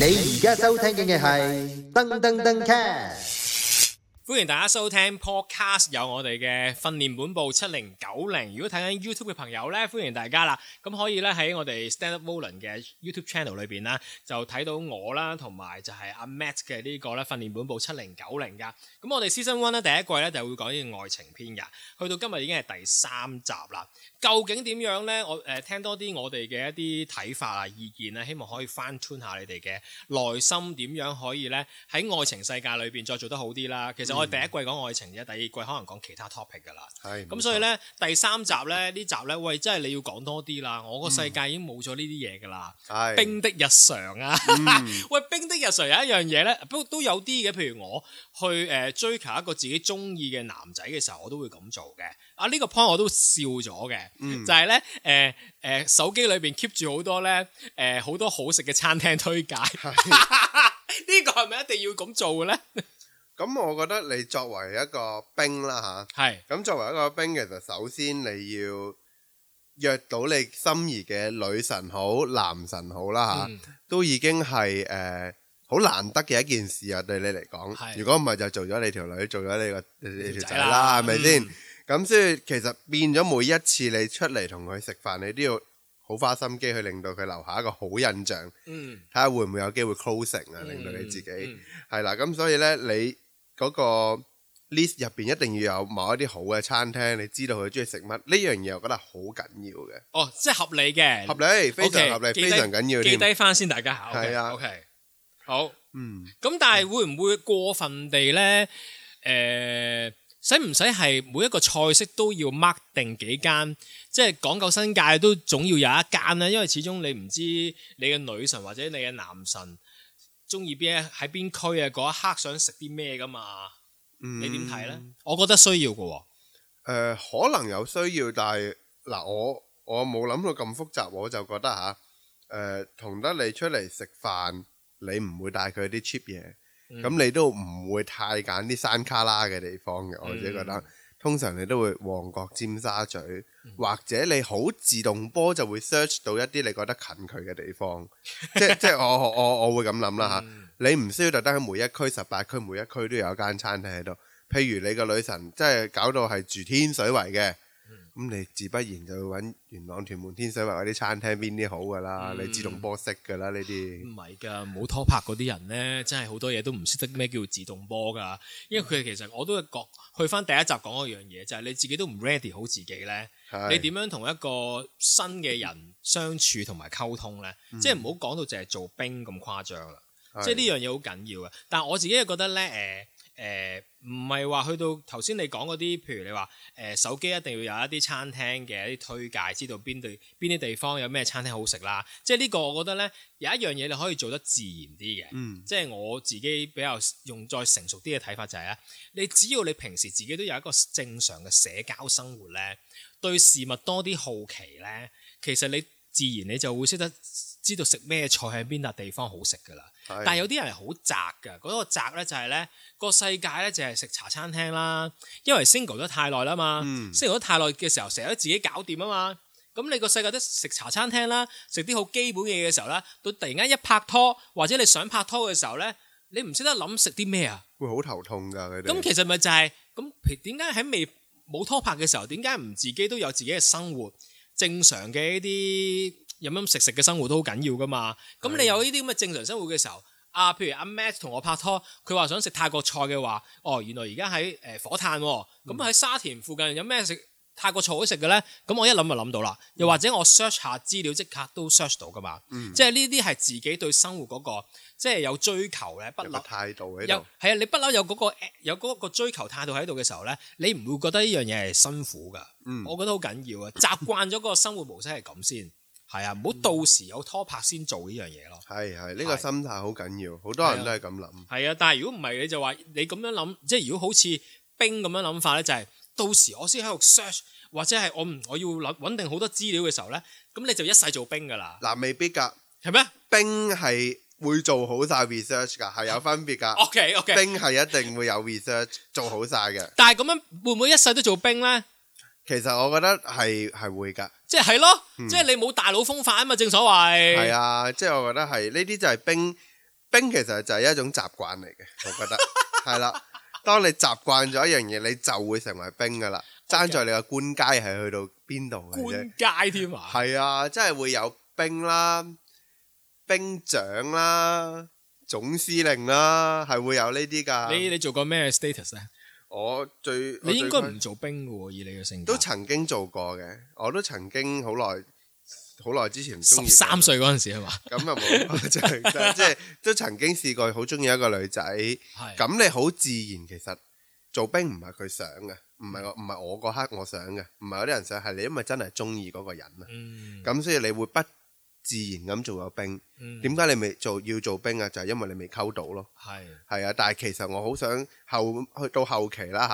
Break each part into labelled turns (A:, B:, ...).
A: 你而家收聽嘅係噔噔噔 cast，
B: 歡迎大家收聽 podcast，有我哋嘅訓練本部七零九零。如果睇緊 YouTube 嘅朋友咧，歡迎大家啦。咁可以咧喺我哋 Stand Up Volun 嘅 YouTube channel 裏邊啦，就睇到我啦，同埋就係阿 Matt 嘅呢個咧訓練本部七零九零噶。咁我哋 Season One 咧第一季咧就會講呢個愛情篇㗎，去到今日已經係第三集啦。究竟點樣咧？我誒、呃、聽多啲我哋嘅一啲睇法啊、意見啊，希望可以翻 tune 下你哋嘅內心點樣可以咧喺愛情世界裏邊再做得好啲啦。其實我哋第一季講愛情啫，第二季可能講其他 topic 㗎啦。
A: 係
B: 咁所以咧，第三集咧呢集咧，喂，真係你要講多啲啦！我個世界已經冇咗呢啲嘢㗎啦。
A: 係
B: 冰的日常啊，
C: 嗯
B: 喂，冰的日常有一樣嘢咧，不過都有啲嘅，譬如我去誒、呃追求一個自己中意嘅男仔嘅時候，我都會咁做嘅。啊，呢、個 point 我都笑咗嘅，
C: 嗯
B: 就係咧誒誒手機裏邊 keep 住好多咧誒好多好食嘅餐廳推介， 呢個係咪一定要咁做嘅咧？
C: 咁我覺得你作為一個兵啦
B: 係
C: 吓，咁作為一個兵，其實首先你要約到你心儀嘅女神好、男神好啦吓，
B: 嗯
C: 都已經係誒好難得嘅一件事啊，對你嚟
B: 係
C: 講。如果唔係就做咗你條女，做咗你個你條仔啦，嗯
B: 啦
C: 係咪先？
B: 嗯
C: 咁所以其實變咗每一次你出嚟同佢食飯，你都要好花心機去令到佢留下一個好印象。
B: 嗯，
C: 睇下會唔會有機會 closing 啊，
B: 嗯
C: 令到你自己
B: 嗯
C: 係啦。咁所以呢，你嗰個 list 入邊一定要有某一啲好嘅餐廳，你知道佢中意食乜呢樣嘢，我覺得好緊要嘅，
B: 哦，即係合理嘅，
C: 合理，非
B: OK，
C: 常合理，
B: 記
C: 非
B: 低
C: 常緊要
B: 記
C: 添。
B: 低翻先，大家考。
C: 係啊
B: o k 好。
C: 嗯，
B: 咁但係會唔會過分地咧？诶、使唔使係每一個菜式都要 mark 定幾間？即係講究新界都總要有一間啦，因為始終你唔知你嘅女神或者你嘅男神中意邊一喺邊區啊，嗰一刻想食啲咩噶嘛？
C: 你
B: 你點睇咧？我覺得需要嘅喎。
C: 誒、呃可能有需要，但係嗱，我我冇諗到咁複雜，我就覺得吓，誒、同得你出嚟食飯，你唔會帶佢啲 cheap 嘢，
B: 嗯
C: 咁、你都唔會太揀啲山卡拉嘅地方嘅，我自己覺得。
B: 嗯
C: 通常你都會旺角、尖沙咀，或者你好自動波就會 search 到一啲你覺得近佢嘅地方， 即即我我我我會咁諗啦嚇。
B: 嗯
C: 你唔需要特登喺每一區十八區每一區都有一間餐廳喺度。譬如你個女神即係搞到係住天水圍嘅，咁、
B: 嗯
C: 你自不然就會揾元朗、屯門、天水圍嗰啲餐廳邊啲好㗎啦，
B: 嗯
C: 你自動波識㗎啦呢啲。
B: 唔係㗎，冇拖拍嗰啲人咧，真係好多嘢都唔識得咩叫自動波㗎。因為佢其實我都係講去翻第一集講嗰樣嘢，就係、你自己都唔 ready 好自己咧，
C: 係
B: 你點樣同一個新嘅人相處同埋溝通咧？即係唔好講到淨係做兵咁誇張啦。
C: 係
B: 即係呢樣嘢好緊要嘅。但係我自己係覺得咧，誒誒唔係話去到頭先你講嗰啲，譬如你話誒、手機一定要有一啲餐廳嘅一啲推介，知道邊對邊啲地方有咩餐廳好食啦。即係呢個我覺得咧，有一樣嘢你可以做得自然啲嘅。
C: 嗯
B: 即係我自己比較用再成熟啲嘅睇法就係、咧，你只要你平時自己都有一個正常嘅社交生活咧，對事物多啲好奇咧，其實你自然你就會識得知道食咩菜喺邊笪地方好食㗎啦。
C: 係
B: 但係有啲人係好宅㗎，嗰、個宅咧就係、咧個世界咧就係食茶餐廳啦，因為 single 咗太耐啦嘛、
C: 嗯
B: s i n g l e 咗太耐嘅時候成日都自己搞掂啊嘛，咁你個世界都食茶餐廳啦，食啲好基本嘅嘢嘅時候啦，到突然間一拍拖或者你想拍拖嘅時候咧，你唔識得諗食啲咩啊，
C: 會好頭痛㗎佢
B: 咁
C: 哋。
B: 其實咪就係、咁，譬點解喺未冇拖拍嘅時候，點解唔自己都有自己嘅生活？正常嘅呢啲飲飲食食嘅生活都好緊要噶嘛。咁你有呢啲咁嘅正常生活嘅時候，啊，譬如阿 Matt 同我拍拖，佢話想食泰國菜嘅話，哦，原來而家喺誒火炭喎，咁
C: 嗯
B: 喺沙田附近有咩食泰國菜好食嘅咧？咁我一諗就諗到啦。又或者
C: 嗯
B: 我 search 下資料，即刻都 search 到噶嘛。即係呢啲係自己對生活嗰、個即係有追求咧，不
C: 有個
B: 立。
C: 態度喺
B: 有
C: 度。
B: 係啊，你不嬲有嗰、個有嗰個追求態度喺度嘅時候咧，你唔會覺得呢樣嘢係辛苦噶。
C: 嗯
B: 我覺得好緊要啊，習慣咗個生活模式係咁先，係啊，唔好到時有拖拍先做呢樣嘢咯。
C: 係係，呢
B: 係
C: 個心態好緊要，好多人都係咁諗。
B: 係啊，但係如果唔係你就話你咁樣諗，即係如果好似冰咁樣諗法咧，就係、到時我先喺度 search，或者係我唔我要諗揾定好多資料嘅時候咧，咁你就一世做冰噶啦，
C: 嗱，未必㗎，
B: 係咩
C: 冰係會做好晒 research 㗎，係有分別㗎。
B: ？OK 哦 OK，
C: 冰係一定會有 research 做好晒嘅。
B: 但係咁樣會唔會一世都做冰咧？
C: 其實我覺得係係會㗎，
B: 即係係咯，即係你冇大佬風範啊嘛，正所謂。
C: 係啊，即係我覺得係呢啲就係冰冰其實就係一種習慣嚟嘅，我 覺得係啦。當你習慣咗一樣嘢，你就會成為冰噶啦。爭在你個官階係去到邊度嘅啫。
B: 官街添啊，
C: 係啊，真係會有兵啦、兵長啦、總司令啦，係會有呢啲噶。
B: 你你做過咩 status 咧？
C: 我最啊我
B: 你應
C: 最
B: 該
C: 關
B: 唔做兵嘅喎，以你嘅性格
C: 都。曾經做過嘅，我都曾經好耐好耐之前中
B: 十
C: 意
B: 三歲嗰陣時係嘛？
C: 咁又 冇，哦真係真係即係 都曾經試過好中意一個女仔，咁
B: 係
C: 你好自然其實做兵唔係佢想嘅，唔係我唔係我嗰刻我想嘅，唔係有啲人想係你，因為真係中意嗰個人啊，
B: 嗯
C: 咁所以你會不自然咁做個兵。
B: 嗯
C: 點解你未做要做兵啊？就係因為你未溝到咯。
B: 係
C: 係啊，但係其實我好想後去到後期啦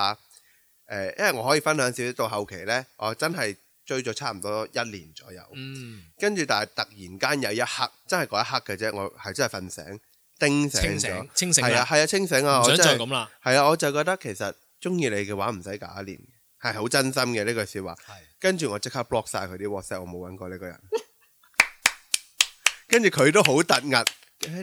C: 吓，誒、因為我可以分享少少到後期呢，我真係追咗差唔多一年左右，
B: 嗯
C: 跟住但係突然間有一刻，真係嗰一刻嘅啫，我係真係瞓醒，叮醒
B: 清
C: 咗
B: 醒，清醒
C: 係啊
B: 啦，
C: 係啊清醒啊，
B: 唔
C: 我
B: 想
C: 真
B: 再
C: 係
B: 咁啦。
C: 係啊，我就覺得其實中意你嘅話唔使搞一年，係好真心嘅呢句説話。
B: 係
C: 跟住我即刻 block 晒佢啲 WhatsApp，我冇揾過呢個人。 跟住佢都好突兀，誒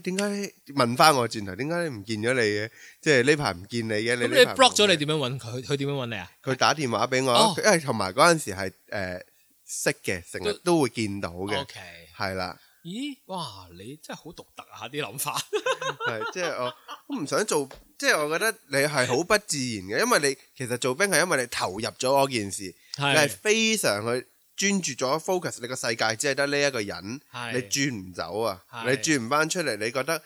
C: 點解問翻我轉頭？點解你唔見咗你嘅？即係呢排唔見你嘅，
B: 咁
C: 你
B: 你
C: 呢排
B: block 咗
C: 冇
B: 你
C: 嘅
B: 點樣揾佢？佢點樣揾你啊？
C: 佢打電話俾我，
B: 哦
C: 因為同埋嗰陣時係誒識嘅，成日
B: 都哦
C: 都會見到嘅
B: O，K，
C: 係啦，
B: 咦？哇！你真係好獨特啊！啲諗法
C: 係即係我我唔想做，即係我覺得你係好不自然嘅，因為你其實做兵係因為你投入咗嗰件事，你係
B: 係
C: 非常去專注咗 focus，你個世界只係得呢一個人。
B: 係
C: 你轉唔走啊！
B: 係
C: 你轉唔翻出嚟，你覺得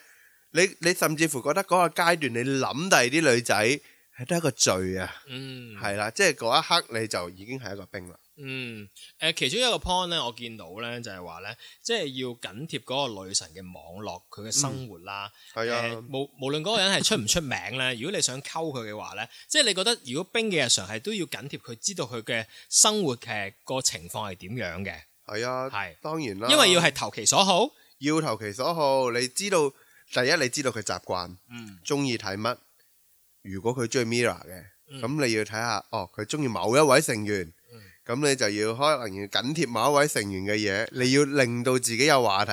C: 你你甚至乎覺得嗰個階段你諗第二啲女仔係都係一個罪啊，
B: 嗯
C: 係啦，即係嗰一刻你就已經係一個兵啦，
B: 嗯，誒、其中一個 point 咧，我見到咧就係話咧，即係要緊貼嗰個女神嘅網絡，
C: 嗯
B: 佢嘅生活啦，
C: 係
B: 誒
C: 啊，
B: 無無論嗰個人係出唔出名咧， 如果你想溝佢嘅話咧，即係你覺得如果冰嘅日常係都要緊貼佢，知道佢嘅生活嘅個情況係點樣嘅，
C: 係啊，
B: 係、
C: 當然啦，
B: 因為要係投其所好，
C: 要投其所好，你知道第一你知道佢習慣，
B: 嗯，
C: 中意睇乜。如果佢中意 Mira 嘅，
B: 嗯
C: 咁你要睇下，哦，佢中意某一位成員
B: 嗯，
C: 咁你就要可能要緊貼某一位成員嘅嘢，你要令到自己有話題，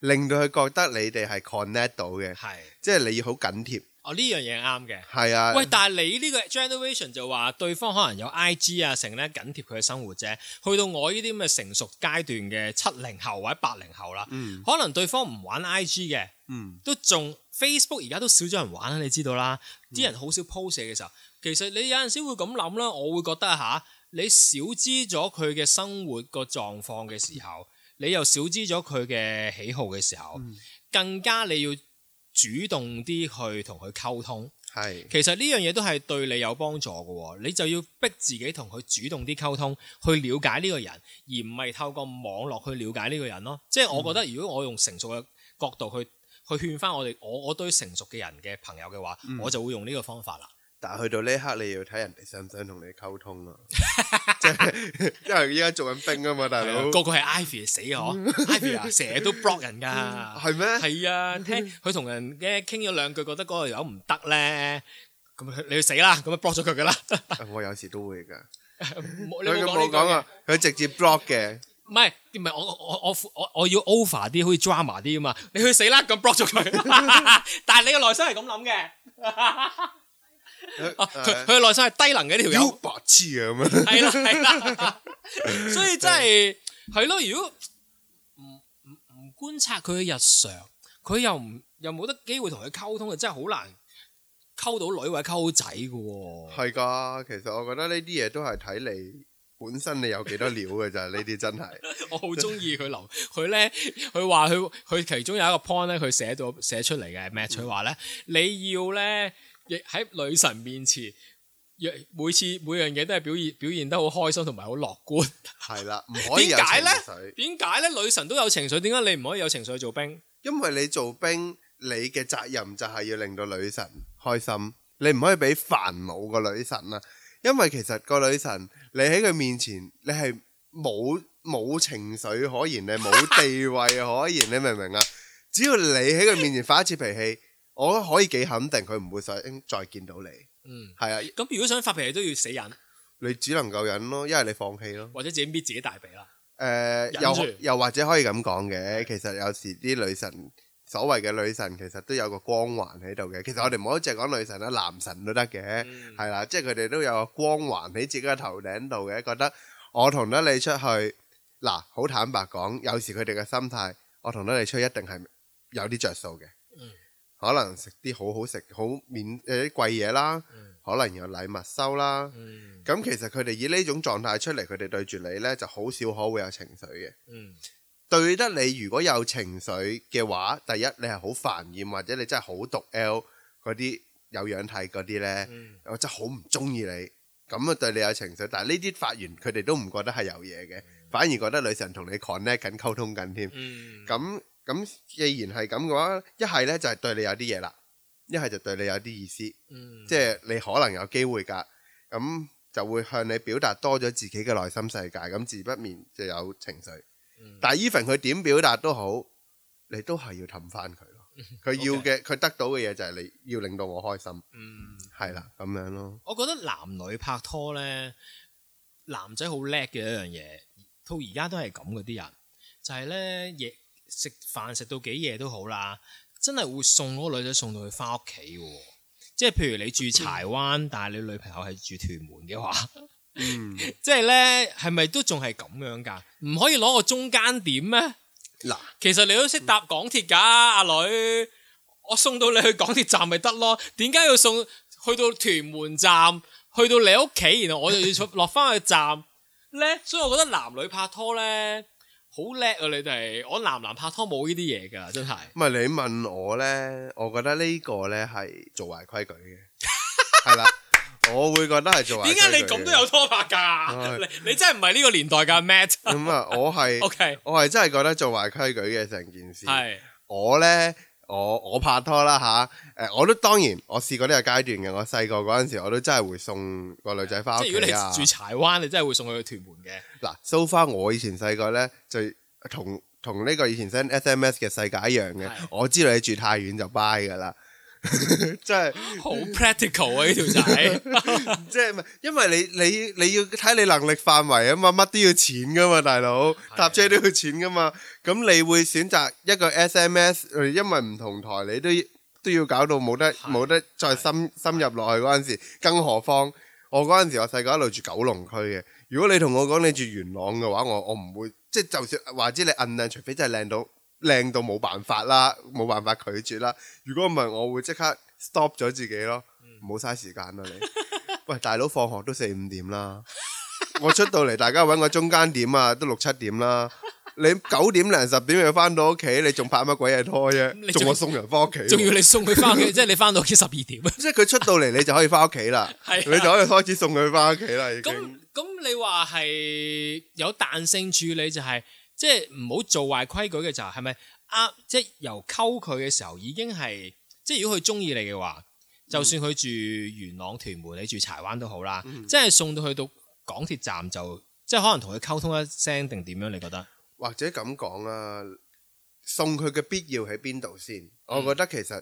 C: 令到佢覺得你哋係 connect 到嘅。
B: 係，
C: 即係你要好緊貼，
B: 哦呢樣嘢啱嘅。
C: 係啊，
B: 喂，但係你呢個 generation 就話對方可能有 IG 啊，成咧緊貼佢嘅生活啫。去到我呢啲咁嘅成熟階段嘅七零後或者八零後啦，
C: 嗯
B: 可能對方唔玩 IG 嘅，
C: 嗯，
B: 都仲 Facebook 而家都少咗人玩啦，你知道啦。啲人好少 post 嘢嘅時候，其實你有陣時會咁諗啦，我會覺得吓，你少知咗佢嘅生活個狀況嘅時候，你又少知咗佢嘅喜好嘅時候，更加你要主動啲去同佢溝通。
C: 係
B: 其實呢樣嘢都係對你有幫助嘅喎，你就要逼自己同佢主動啲溝通，去了解呢個人，而唔係透過網絡去了解呢個人咯。即係
C: 嗯
B: 我覺得，如果我用成熟嘅角度去去勸翻我哋我我對成熟嘅人嘅朋友嘅話，
C: 嗯
B: 我就會用呢個方法啦。
C: 但係去到呢一刻，你要睇人哋想唔想同你溝通 啊，即係 因為依家做緊兵啊嘛，大
B: 係
C: 佬嗯
B: 啊個個係 Ivy 死嘅嗬，Ivy 啊成日都 block 人㗎，
C: 係咩？
B: 係啊，
C: 嗯
B: 聽佢同人嘅傾咗兩句，覺得嗰個友唔得咧，咁佢你去死啦，咁啊 block 咗佢㗎啦。
C: 我有時都會㗎，
B: 冇 你
C: 佢
B: 冇
C: 佢冇
B: 講呢句
C: 講
B: 嘢
C: 啊，佢直接 block 嘅，
B: 唔係唔係我我我我我要 over 啲，好似 drama 啲啊嘛！你去死啦咁 block 咗佢， 但係你嘅內心係咁諗嘅，
C: 佢
B: 啊佢佢嘅內心係低能嘅呢條
C: 妖
B: 友，
C: 白痴啊咁樣，
B: 係啦係啦，所以真係係咯，如果唔唔唔觀察佢嘅日常，佢又唔又冇得機會同佢溝通，真係好難溝到女或者溝仔嘅喎。
C: 係㗎。其實我覺得呢啲嘢都係睇你本身你有幾多料嘅咋，呢啲 真係
B: 我好中意佢留佢咧，佢話佢佢其中有一個 point 咧，佢寫到寫出嚟嘅 match，佢話咧你要咧亦喺女神面前，若每次每樣嘢都係表現表現得好開心同埋好樂觀。
C: 係啦，唔可以有
B: 點解
C: 情
B: 呢
C: 緒，
B: 點解咧女神都有情緒，點解你唔可以有情緒去做兵？
C: 因為你做兵，你嘅責任就係要令到女神開心，你唔可以俾煩惱個女神啊。因為其實個女神，你喺佢面前，你係冇冇情緒可言，你冇地位可言，你明唔明啊？只要你喺佢面前發一次脾氣，我可以幾肯定佢唔會想再見到你。
B: 嗯，
C: 係啊，
B: 咁如果想發脾氣都要死忍，
C: 你只能夠忍咯，因為你放棄咯。
B: 或者自己搣自己大髀啦。
C: 誒、
B: 忍
C: 又
B: 住
C: 又或者可以咁講嘅，其實有時啲女神所謂嘅女神其實都有個光環喺度嘅。其實我哋唔好淨係講女神啦，男神都得嘅，
B: 嗯
C: 係啦，即係佢哋都有個光環喺自己嘅頭頂度嘅，覺得我同得你出去，嗱，好坦白講，有時佢哋嘅心態，我同得你出去一定係有啲着數嘅
B: 嗯，
C: 可能食啲好好食、好免呃誒啲貴嘢啦，
B: 嗯
C: 可能有禮物收啦。
B: 嗯
C: 咁其實佢哋以呢種狀態出嚟，佢哋對住你呢就好少可會有情緒嘅。
B: 嗯
C: 對得你如果有情緒嘅話，第一你係好煩厭，或者你真係好毒 L 嗰啲有樣睇嗰啲呢，
B: 嗯
C: 我真係好唔中意你，咁啊對你有情緒。但係呢啲發言佢哋都唔覺得係有嘢嘅，反而覺得女神同你 connect 緊溝通緊添。
B: 嗯
C: 咁咁既然係咁嘅話，一係呢就係對你有啲嘢啦，一係就對你有啲意思。
B: 嗯
C: 即係你可能有機會㗎，咁就會向你表達多咗自己嘅內心世界，咁自不免就有情緒。
B: 嗯
C: 但係 even 佢點表達都好，你都係要氹翻佢咯。
B: 嗯
C: 佢要嘅，佢得到嘅嘢就係你要令到我開心，
B: 嗯
C: 係啦，咁樣咯。
B: 我覺得男女拍拖咧，男仔好叻嘅一樣嘢，到而家都係咁嗰啲人，就係咧夜食飯食到幾夜都好啦，真係會送嗰個女仔送到佢翻屋企嘅喎。即係譬如你住柴灣，但係你女朋友係住屯門嘅話，
C: 嗯，
B: 即係咧係咪都仲係咁樣㗎？唔可以攞個中間點咩？
C: 嗱，
B: 其實你都識搭港鐵㗎，阿女，我送到你去港鐵站咪得咯？點解要送去到屯門站，去到你屋企，然後我就要坐 落翻去站咧？所以我覺得男女拍拖咧好叻啊！你哋，我男男拍拖冇呢啲嘢㗎，真係。
C: 唔係啊你問我呢，我覺得呢個呢係做壞規矩嘅，係啦，我會覺得係做壞
B: 點
C: 規矩嘅。
B: 解你咁都有拖拍㗎？
C: 唉
B: 你你真係唔係呢個年代㗎，Matt？
C: 咁啊？我係
B: OK，
C: 我係真係覺得做壞規矩嘅成件事。
B: 係，
C: 我呢，我我拍拖啦吓，誒、呃我都當然我試過呢個階段嘅。我細個嗰陣時，我都真係會送個女仔翻屋
B: 即係如果
C: 企啊
B: 你。住柴灣，你真係會送佢去屯門嘅。
C: 嗱，so far 我以前細個呢，就同同呢個以前 send SMS 嘅世界一樣嘅
B: 係。
C: 我知道你住太遠就 bye 噶啦， 即係
B: 好 practical 啊！呢條 仔。
C: 即係唔係因為你你你要睇你能力範圍啊嘛，乜都要錢噶嘛，大佬
B: 啊
C: 搭車都要錢噶嘛。咁你會選擇一個 SMS，呃因為唔同台你都都要搞到冇得
B: 係
C: 冇得再深深入落去嗰陣時，更何況我嗰陣時我細個一路住九龍區嘅。如果你同我講你住元朗嘅話，我我唔會即係就算話知你摁靚，除非真係靚到靚到冇辦法啦，冇辦法拒絕啦。如果唔係，我會即刻 stop 咗自己咯，
B: 嗯
C: 唔好嘥時間啦 你。喂，大佬放學都四五點啦，我出到嚟大家揾個中間點啊，都六七點啦。你九點零十點又翻到屋企，你仲拍乜鬼嘢拖
B: 你
C: 啫？
B: 仲
C: 仲我送人翻屋企喎，
B: 仲要你送佢翻屋企，即係你翻到屋企十二點。
C: 即係佢出到嚟你就可以翻屋企啦，
B: 係啊
C: 你就可以開始送佢翻屋企啦已經。
B: 咁咁你話係有彈性處理就係、即係唔好做壞規矩嘅就係係咪啱？即係由溝佢嘅時候已經係即係如果佢中意你嘅話，就算佢住元朗、屯門，你住柴灣都好啦，即係送到去到港鐵站就即係可能同佢溝通一聲定點樣？你覺 得？
C: 或者咁講啊，送佢嘅必要喺邊度先？我覺得其實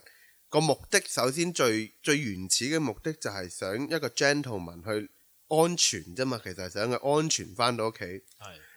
C: 個目的首先最最原始嘅目的就係想一個 gentleman 去安全啫嘛，其實係想佢安全翻到屋企。
B: 係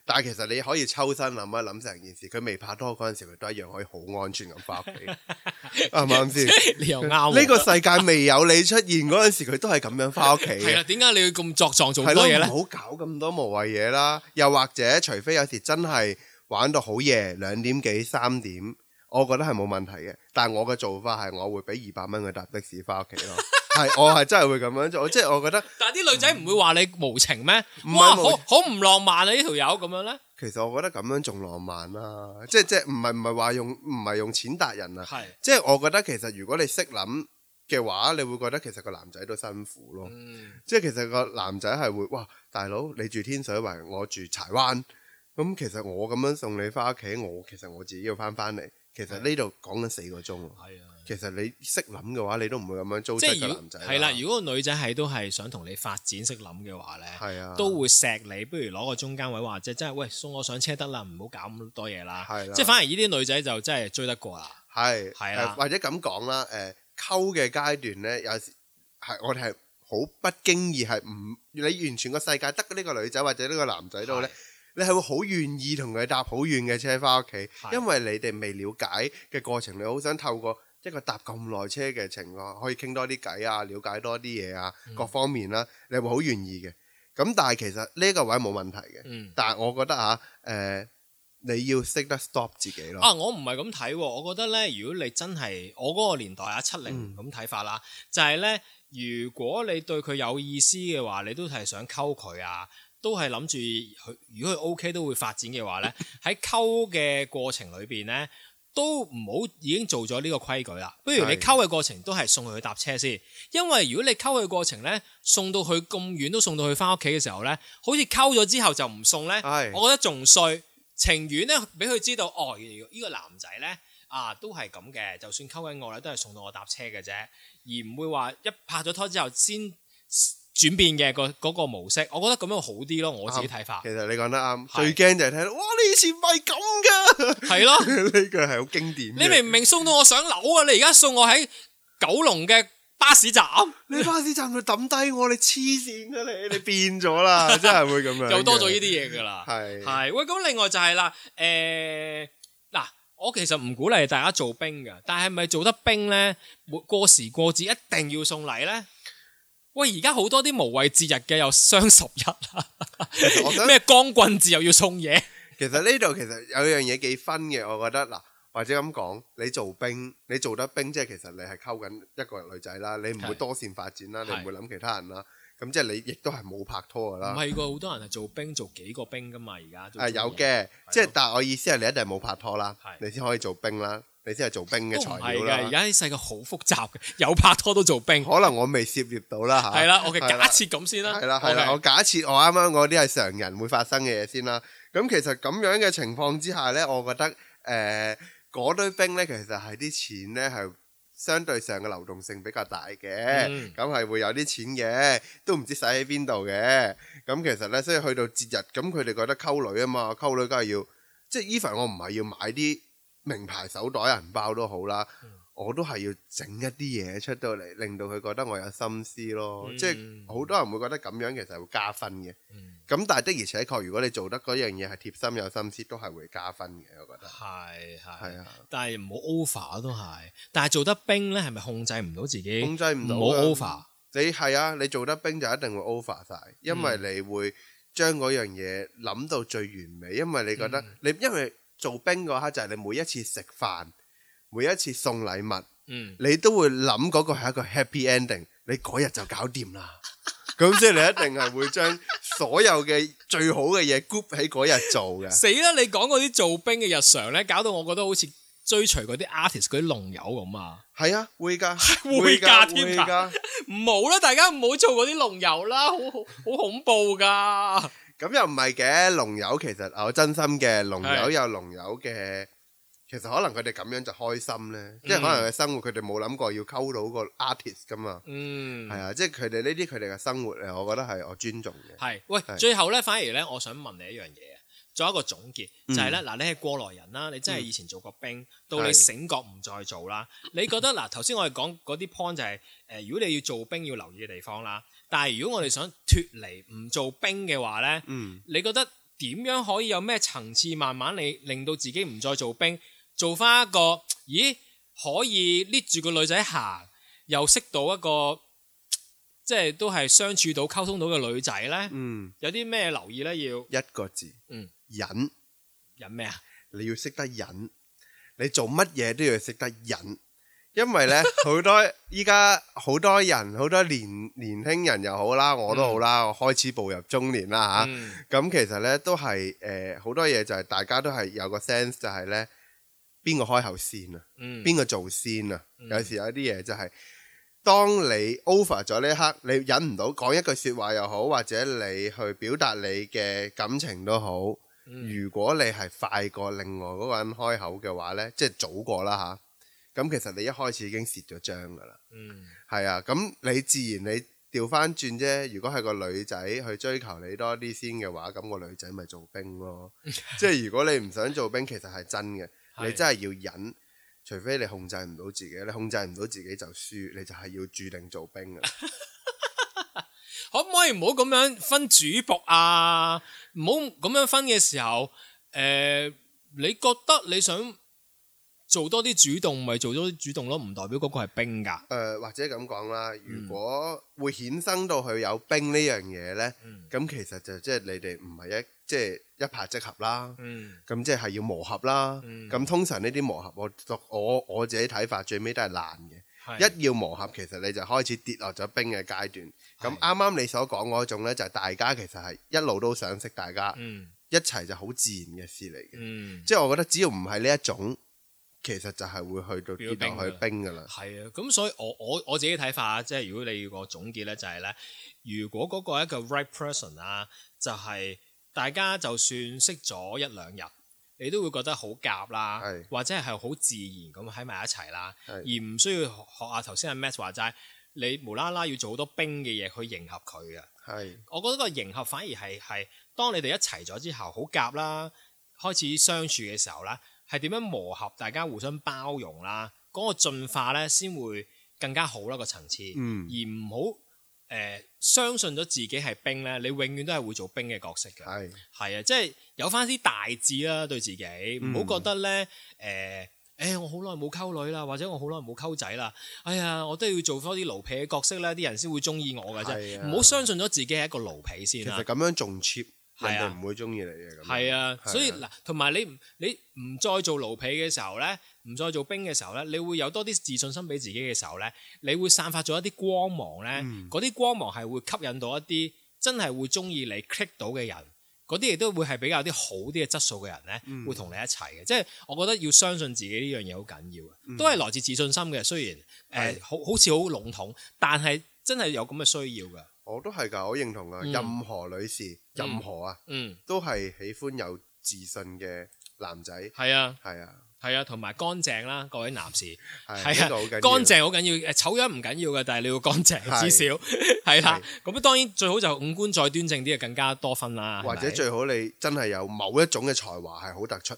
C: 但係其實你可以抽身諗一諗成件事，佢未拍拖嗰陣時，佢都一樣可以好安全咁翻屋企，啱唔啱先？
B: 你又啱喎
C: 呢個世界未有你出現嗰陣時，佢都係咁樣翻屋企嘅
B: 係。啦，點解你要咁作狀做咁
C: 係
B: 多
C: 咯，
B: 嘢咧？
C: 唔好搞咁多無謂嘢啦。又或者，除非有時真係玩到好夜，兩點幾三點，我覺得係冇問題嘅。但係我嘅做法係，我會俾二百蚊佢搭的士翻屋 企咯。係，我係真係會咁樣做，即係我覺得
B: 但係啲女仔唔會話你無情咩？
C: 唔係
B: 哇，
C: 無
B: 好好唔浪漫啊！呢條友咁樣咧，
C: 其實我覺得咁樣仲浪漫啦。即係即係唔係唔係話用唔係用錢達人啊？
B: 係
C: 即係我覺得其實如果你識諗嘅話，你會覺得其實個男仔都辛苦咯。
B: 嗯。
C: 即係其實個男仔係會，哇！大佬你住天水圍，我住柴灣，咁其實我咁樣送你翻屋企，我其實我自己要翻翻嚟，其實呢度講緊四個鐘
B: 係
C: 喎。
B: 啊，
C: 其實你識諗嘅話，你都唔會咁樣糟
B: 即
C: 質
B: 係
C: 個
B: 如
C: 男
B: 果
C: 仔。
B: 係啦，如果個女仔係都係想同你發展識諗嘅話咧，
C: 係啊，
B: 都會錫你，不如攞個中間位或者真係喂送我上車得啦，唔好搞咁多嘢啦。
C: 係啦啊
B: 即係反而呢啲女仔就真係追得過啦。
C: 係
B: 係啦
C: 誒或者咁講啦，誒溝嘅階段呢，有時係我哋係好不經意係唔你完全個世界得呢個女仔或者呢個男仔度呢，你係會好願意同佢搭好遠嘅車翻屋企，因為你哋未了解嘅過程，你好想透過一個搭咁耐車嘅情況，可以傾多啲偈啊，了解多啲嘢啊，
B: 嗯
C: 各方面啦、你會好願意嘅。咁但係其實呢個位冇問題嘅，
B: 嗯。
C: 但係我覺得啊，誒、你要識得 stop 自己咯。
B: 啊，我唔係咁睇喎，我覺得咧，如果你真係我嗰個年代啊，七零
C: 嗯
B: 咁睇法啦，就係咧，如果你對佢有意思嘅話，你都係想溝佢啊，都係諗住佢，如果佢 OK 都會發展嘅 話咧，喺溝嘅過程裏邊咧，都唔好已經做咗呢個規矩啦。不如你
C: 係
B: 溝嘅過程都係送佢去搭車先，因為如果你溝嘅過程咧，送到佢咁遠都送到佢翻屋企嘅時候咧，好似溝咗之後就唔送咧。
C: 係
B: 我覺得仲衰，情願咧俾佢知道，哦，原來呢個男仔咧啊都係咁嘅，就算溝緊我咧，都係送到我搭車嘅啫，而唔會話一拍咗拖之後先轉變嘅個嗰個模式。我覺得咁樣好啲咯，我自己睇法
C: 其實你講得啱，
B: 係
C: 最驚就係聽到哇！你以前唔係咁噶，
B: 係咯。
C: 呢句係好經典嘅。
B: 你明唔明送到我上樓啊？你而家送我喺九龍嘅巴士站，
C: 你巴士站度抌低我，你黐線噶你，你變咗 啦，真係會啊咁樣。
B: 又多咗呢啲嘢㗎啦。
C: 係
B: 係喂，咁另外就係啦，誒、嗱，我其實唔鼓勵大家做兵嘅，但係咪做得兵咧？每過時過節一定要送禮咧？喂，而家好多啲無謂節日嘅，又雙十一
C: 其實我
B: 啦，
C: 想
B: 咩光棍節又要送嘢，
C: 其實呢度其實有樣嘢幾分嘅，我覺得嗱，或者咁講，你做兵，你做得兵，即係其實你係溝緊一個女仔啦，你唔
B: 係
C: 會多線發展啦，你
B: 係
C: 唔會諗其他人啦，咁即係你亦都係冇拍拖噶
B: 唔
C: 啦。
B: 係喎，好多人係做兵做幾個兵噶嘛，而家都
C: 啊，有嘅，即
B: 係
C: 係
B: 咯
C: 但係我意思係你一定係冇拍拖啦
B: 係，
C: 你先可以做兵啦，你先係做兵
B: 都
C: 嘅
B: 唔
C: 材
B: 係
C: 料
B: 㗎，而
C: 啦。
B: 家啲世界好複雜嘅，有拍拖都做兵，
C: 可能我未涉獵到啦嚇。
B: 係啦，我嘅
C: 係
B: 假
C: 啦
B: 設咁先啦，
C: 係啦係啦，我
B: OK，
C: 假設我啱啱嗰啲係常人會發生嘅嘢先啦。咁其實咁樣嘅情況之下呢，我覺得誒嗰、堆冰呢，其實係啲錢呢係相對上嘅流動性比較大嘅，
B: 嗯
C: 咁係、會有啲錢嘅，都唔知使喺邊度嘅。咁其實呢，所以去到節日，咁佢哋覺得溝女啊嘛，溝女梗係要即係 even 我唔係要買啲名牌手袋、銀包都好啦。我都係要整一啲嘢出到嚟，令到佢覺得我有心思咯。
B: 嗯
C: 即係好多人會覺得咁樣其實會加分嘅。
B: 嗯
C: 咁但係的而且確，如果你做得嗰樣嘢係貼心有心思，都係會加分嘅。我覺得
B: 係係
C: 係。啊，
B: 但係唔好 over 都係，但係做得兵咧，係咪控制唔到自己？
C: 控制唔到
B: 唔好
C: 㗎
B: over。
C: 你係啊，你做得兵就一定會 over 晒，因為你會將嗰樣嘢諗到最完美，因為你覺得你因為做兵嗰刻就係你每一次食飯，每一次送禮物。
B: 嗯，
C: 你都會諗嗰個係一個 happy ending，你嗰日就搞掂啦。咁即係你一定係會將所有嘅最好嘅嘢 group 喺嗰日做 嘅。
B: 死啦！你講嗰啲做兵嘅日常咧，搞到我覺得好似追隨嗰啲 artist 嗰啲龍友咁啊！
C: 係啊， 會㗎，
B: 會㗎
C: 㗎
B: 添
C: 會
B: 㗎
C: 㗎。
B: 唔好啦，大家唔好做嗰啲龍友啦，好好好恐怖噶。
C: 咁又唔係嘅，龍友其實我真心嘅，龍
B: 係
C: 友有龍友嘅，其實可能佢哋咁樣就開心
B: 嗯
C: 呢，即係可能佢生活佢哋冇諗過要溝到個 artist 㗎嘛。
B: 嗯，
C: 係啊，即係佢哋呢啲佢哋嘅生活我覺得係我尊重嘅。
B: 係，喂，
C: 係
B: 最後咧，反而咧，我想問你一樣嘢，啊做一個總結，就
C: 嗯
B: 係咧，嗱，你係過來人啦，你真係以前做過兵，到你
C: 係
B: 醒覺唔再做啦，你覺得嗱，頭先我哋講嗰啲 point 就係，誒，如果你要做兵要留意嘅地方啦，但係如果我哋想脱離唔做兵嘅話咧，
C: 嗯，
B: 你覺得點樣可以有咩層次，慢慢你令到自己唔再做兵，做翻一個，咦，可以捏住個女仔行，又識到一個，即係都係相處到溝通到嘅女仔咧？
C: 嗯，
B: 有啲咩留意咧？要
C: 一個字，
B: 嗯，
C: 忍。
B: 忍咩啊？
C: 你要識得忍，你做乜嘢都要識得忍，因為呢， 好多依家好多人好多年年輕人又好啦，我都好啦，我開始步入中年啦
B: 嗯
C: 吓，咁、其實呢，都係誒好多嘢就係大家都係有個 sense 就係呢：邊個開口先啊，
B: 嗯，
C: 邊個做先啊，
B: 嗯
C: 有時有啲嘢就係、當你 over 咗呢一刻，你忍唔到講一句説話又好，或者你去表達你嘅感情都好，
B: 嗯
C: 如果你係快過另外嗰個人開口嘅話呢，即係早過啦吓，咁其實你一開始已經蝕咗張噶啦，
B: 嗯
C: 係啊，咁你自然你調翻轉啫。如果係個女仔去追求你多啲先嘅話，咁個女仔咪做 兵咯。即係如果你唔想做兵，其實係真嘅，
B: 係
C: 你真係要忍，除非你控制 唔到自己，你控制唔到自己就輸，你就係要注定做兵噶啦。
B: 可唔可以唔好咁樣分主仆啊？唔好咁樣分嘅時候，诶、你覺得你想做多啲主動，咪做多啲主動咯，唔代表嗰個係冰㗎。
C: 誒、呃或者咁講啦，
B: 嗯
C: 如果會衍生到佢有冰呢樣嘢呢，
B: 嗯
C: 咁、其實就即係你哋唔係一即係一拍即合啦，
B: 嗯
C: 咁即係要磨合啦。
B: 嗯
C: 咁、通常呢啲磨合，我我我自己睇法最尾都係爛嘅。
B: 係
C: 一要磨合，其實你就開始跌落咗冰嘅階段。
B: 係
C: 咁啱啱你所講嗰種呢，就係、大家其實係一路都想識大家，
B: 嗯
C: 一齊就好自然嘅事嚟嘅。
B: 嗯，
C: 即係我覺得只要唔係呢一種，其實就係會去到跌
B: 變
C: 落
B: 咗
C: 去冰㗎啦。
B: 係啊。咁所以我我我自己睇法，即係如果你要個總結咧，就係咧，如果嗰個係一個 right person 啊，就係大家就算識咗一兩日。你都會覺得好夾啦
C: 係，
B: 或者係好自然咁喺埋一齊啦。
C: 係
B: 而唔需要學下頭先阿 Matt 話齋，你無啦啦要做好多冰嘅嘢去迎合佢啊嘅。
C: 係。
B: 我覺得個迎合反而係係當你哋一齊咗之後，好夾啦，開始相處嘅時候啦，係點樣磨合，大家互相包容啦，嗰、個進化咧先會更加好啦個層次，
C: 嗯
B: 而唔好誒相信咗自己係冰咧，你永遠都係會做冰嘅角色嘅。
C: 係
B: 係啊，即係有翻啲大志啦，對自己唔好、
C: 嗯
B: 覺得咧誒。誒、我好耐冇溝女啦，或者我好耐冇溝仔啦。哎呀，我都要做多啲奴婢嘅角色咧，啲人先會中意我嘅
C: 係
B: 啫。
C: 啊
B: 唔好、相信咗自己係一個奴婢先
C: 其
B: 啦
C: 實。咁樣仲 cheap，
B: 係
C: 人
B: 啊
C: 哋唔會中意你嘅咁樣。
B: 係啊，
C: 係啊
B: 所以嗱，同埋你唔你唔再做奴婢嘅時候咧，唔再做兵嘅時候咧，你會有多啲自信心俾自己嘅時候咧，你會散發咗一啲光芒咧，
C: 嗯
B: 嗰啲、光芒係會吸引到一啲真係會中意你 click 到嘅人，嗰啲亦都會係比較啲好啲嘅質素嘅人咧，
C: 嗯
B: 會同你一齊嘅。即係我覺得要相信自己呢樣嘢好緊要啊嘅，都係來自自信心嘅。雖然誒、
C: 嗯係
B: 好好似好籠統，但係真係有咁嘅需要嘅。
C: 我都係㗎，我認同㗎。
B: 嗯
C: 任何女士，任何啊，
B: 嗯，
C: 都係喜歡有自信嘅男仔。
B: 係啊，
C: 係啊，
B: 係啊，同埋乾淨啦，各位男士。
C: 係
B: 係
C: 呢
B: 啊
C: 個好緊要。，
B: 乾淨好緊要，誒醜樣唔緊要嘅，但係你要乾淨
C: 係
B: 至少 係啦。咁啊當然最好就五官再端正啲，就更加多分啦。
C: 或者
B: 係咪
C: 最好你真係有某一種嘅才華係好突 出，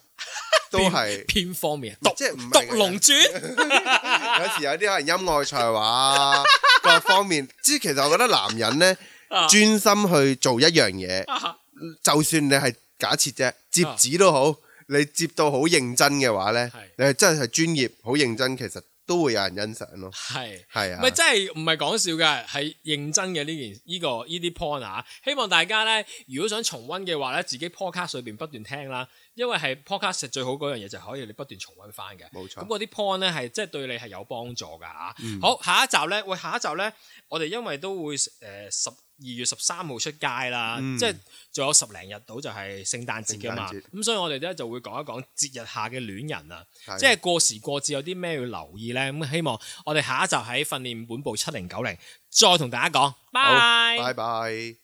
C: 都係
B: 偏方面，毒
C: 即係唔係
B: 毒龍 傳
C: 有時有啲可能音樂才華啊各方面。即係其實我覺得男人呢，
B: 啊
C: 專心去做一樣嘢。
B: 啊
C: 就算你係假設啫，接紙都好，你接到好認真嘅話呢
B: 係，
C: 你係真係專業、好認真，其實都會有人欣賞咯。
B: 係。
C: 係啊
B: 咪，真係唔係講笑嘅，係認真嘅呢件呢、個呢啲 point 啊！希望大家咧，如果想重温嘅話咧，自己 podcast 裏邊不斷聽啦，因為係 podcast 最好嗰樣嘢就係可以你不斷重温翻嘅。
C: 冇
B: 咁
C: 錯，嗯
B: 嗰啲 point 咧係即係對你係有幫助㗎嚇。好，下一集咧，喂，下一集咧，我哋因為都會誒呃十二月十三號出街啦，
C: 嗯
B: 即係仲有十零日到就係聖誕節㗎嘛。
C: 聖誕節
B: 咁所以我哋咧就會講一講節日下嘅戀人啊，
C: 係
B: 即係過時過節有啲咩要留意咧。咁希望我哋下一集喺訓練本部七零九零再同大家講，
C: 好，拜拜。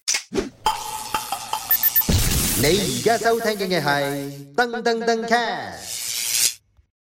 A: 你而家收聽嘅係噔噔噔 c a